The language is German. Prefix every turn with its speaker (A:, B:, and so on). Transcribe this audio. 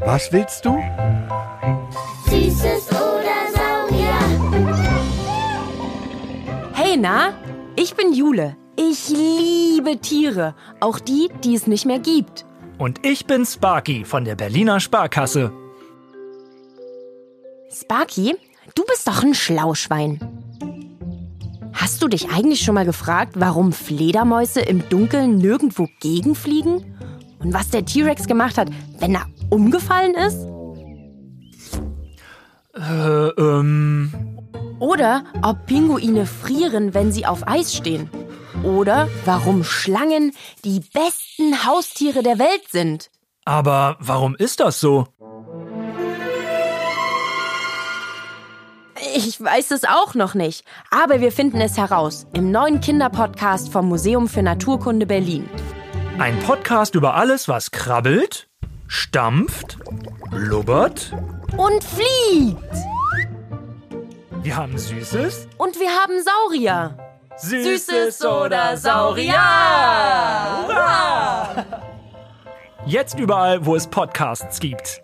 A: Was willst du?
B: Süßes oder Saurier?
C: Hey, na? Ich bin Jule. Ich liebe Tiere. Auch die, die es nicht mehr gibt.
D: Und ich bin Sparky von der Berliner Sparkasse.
C: Sparky, du bist doch ein Schlauschwein. Hast du dich eigentlich schon mal gefragt, warum Fledermäuse im Dunkeln nirgendwo gegenfliegen? Und was der T-Rex gemacht hat, wenn er umgefallen ist?
D: Äh, ähm,
C: Oder ob Pinguine frieren, wenn sie auf Eis stehen? Oder warum Schlangen die besten Haustiere der Welt sind?
D: aber warum ist das so?
C: Ich weiß es auch noch nicht, aber wir finden es heraus im neuen Kinderpodcast vom Museum für Naturkunde Berlin.
D: Ein Podcast über alles, was krabbelt, stampft, blubbert.
C: Und fliegt!
D: Wir haben Süßes.
C: Und wir haben Saurier. Saurier?
D: Jetzt überall, wo es Podcasts gibt.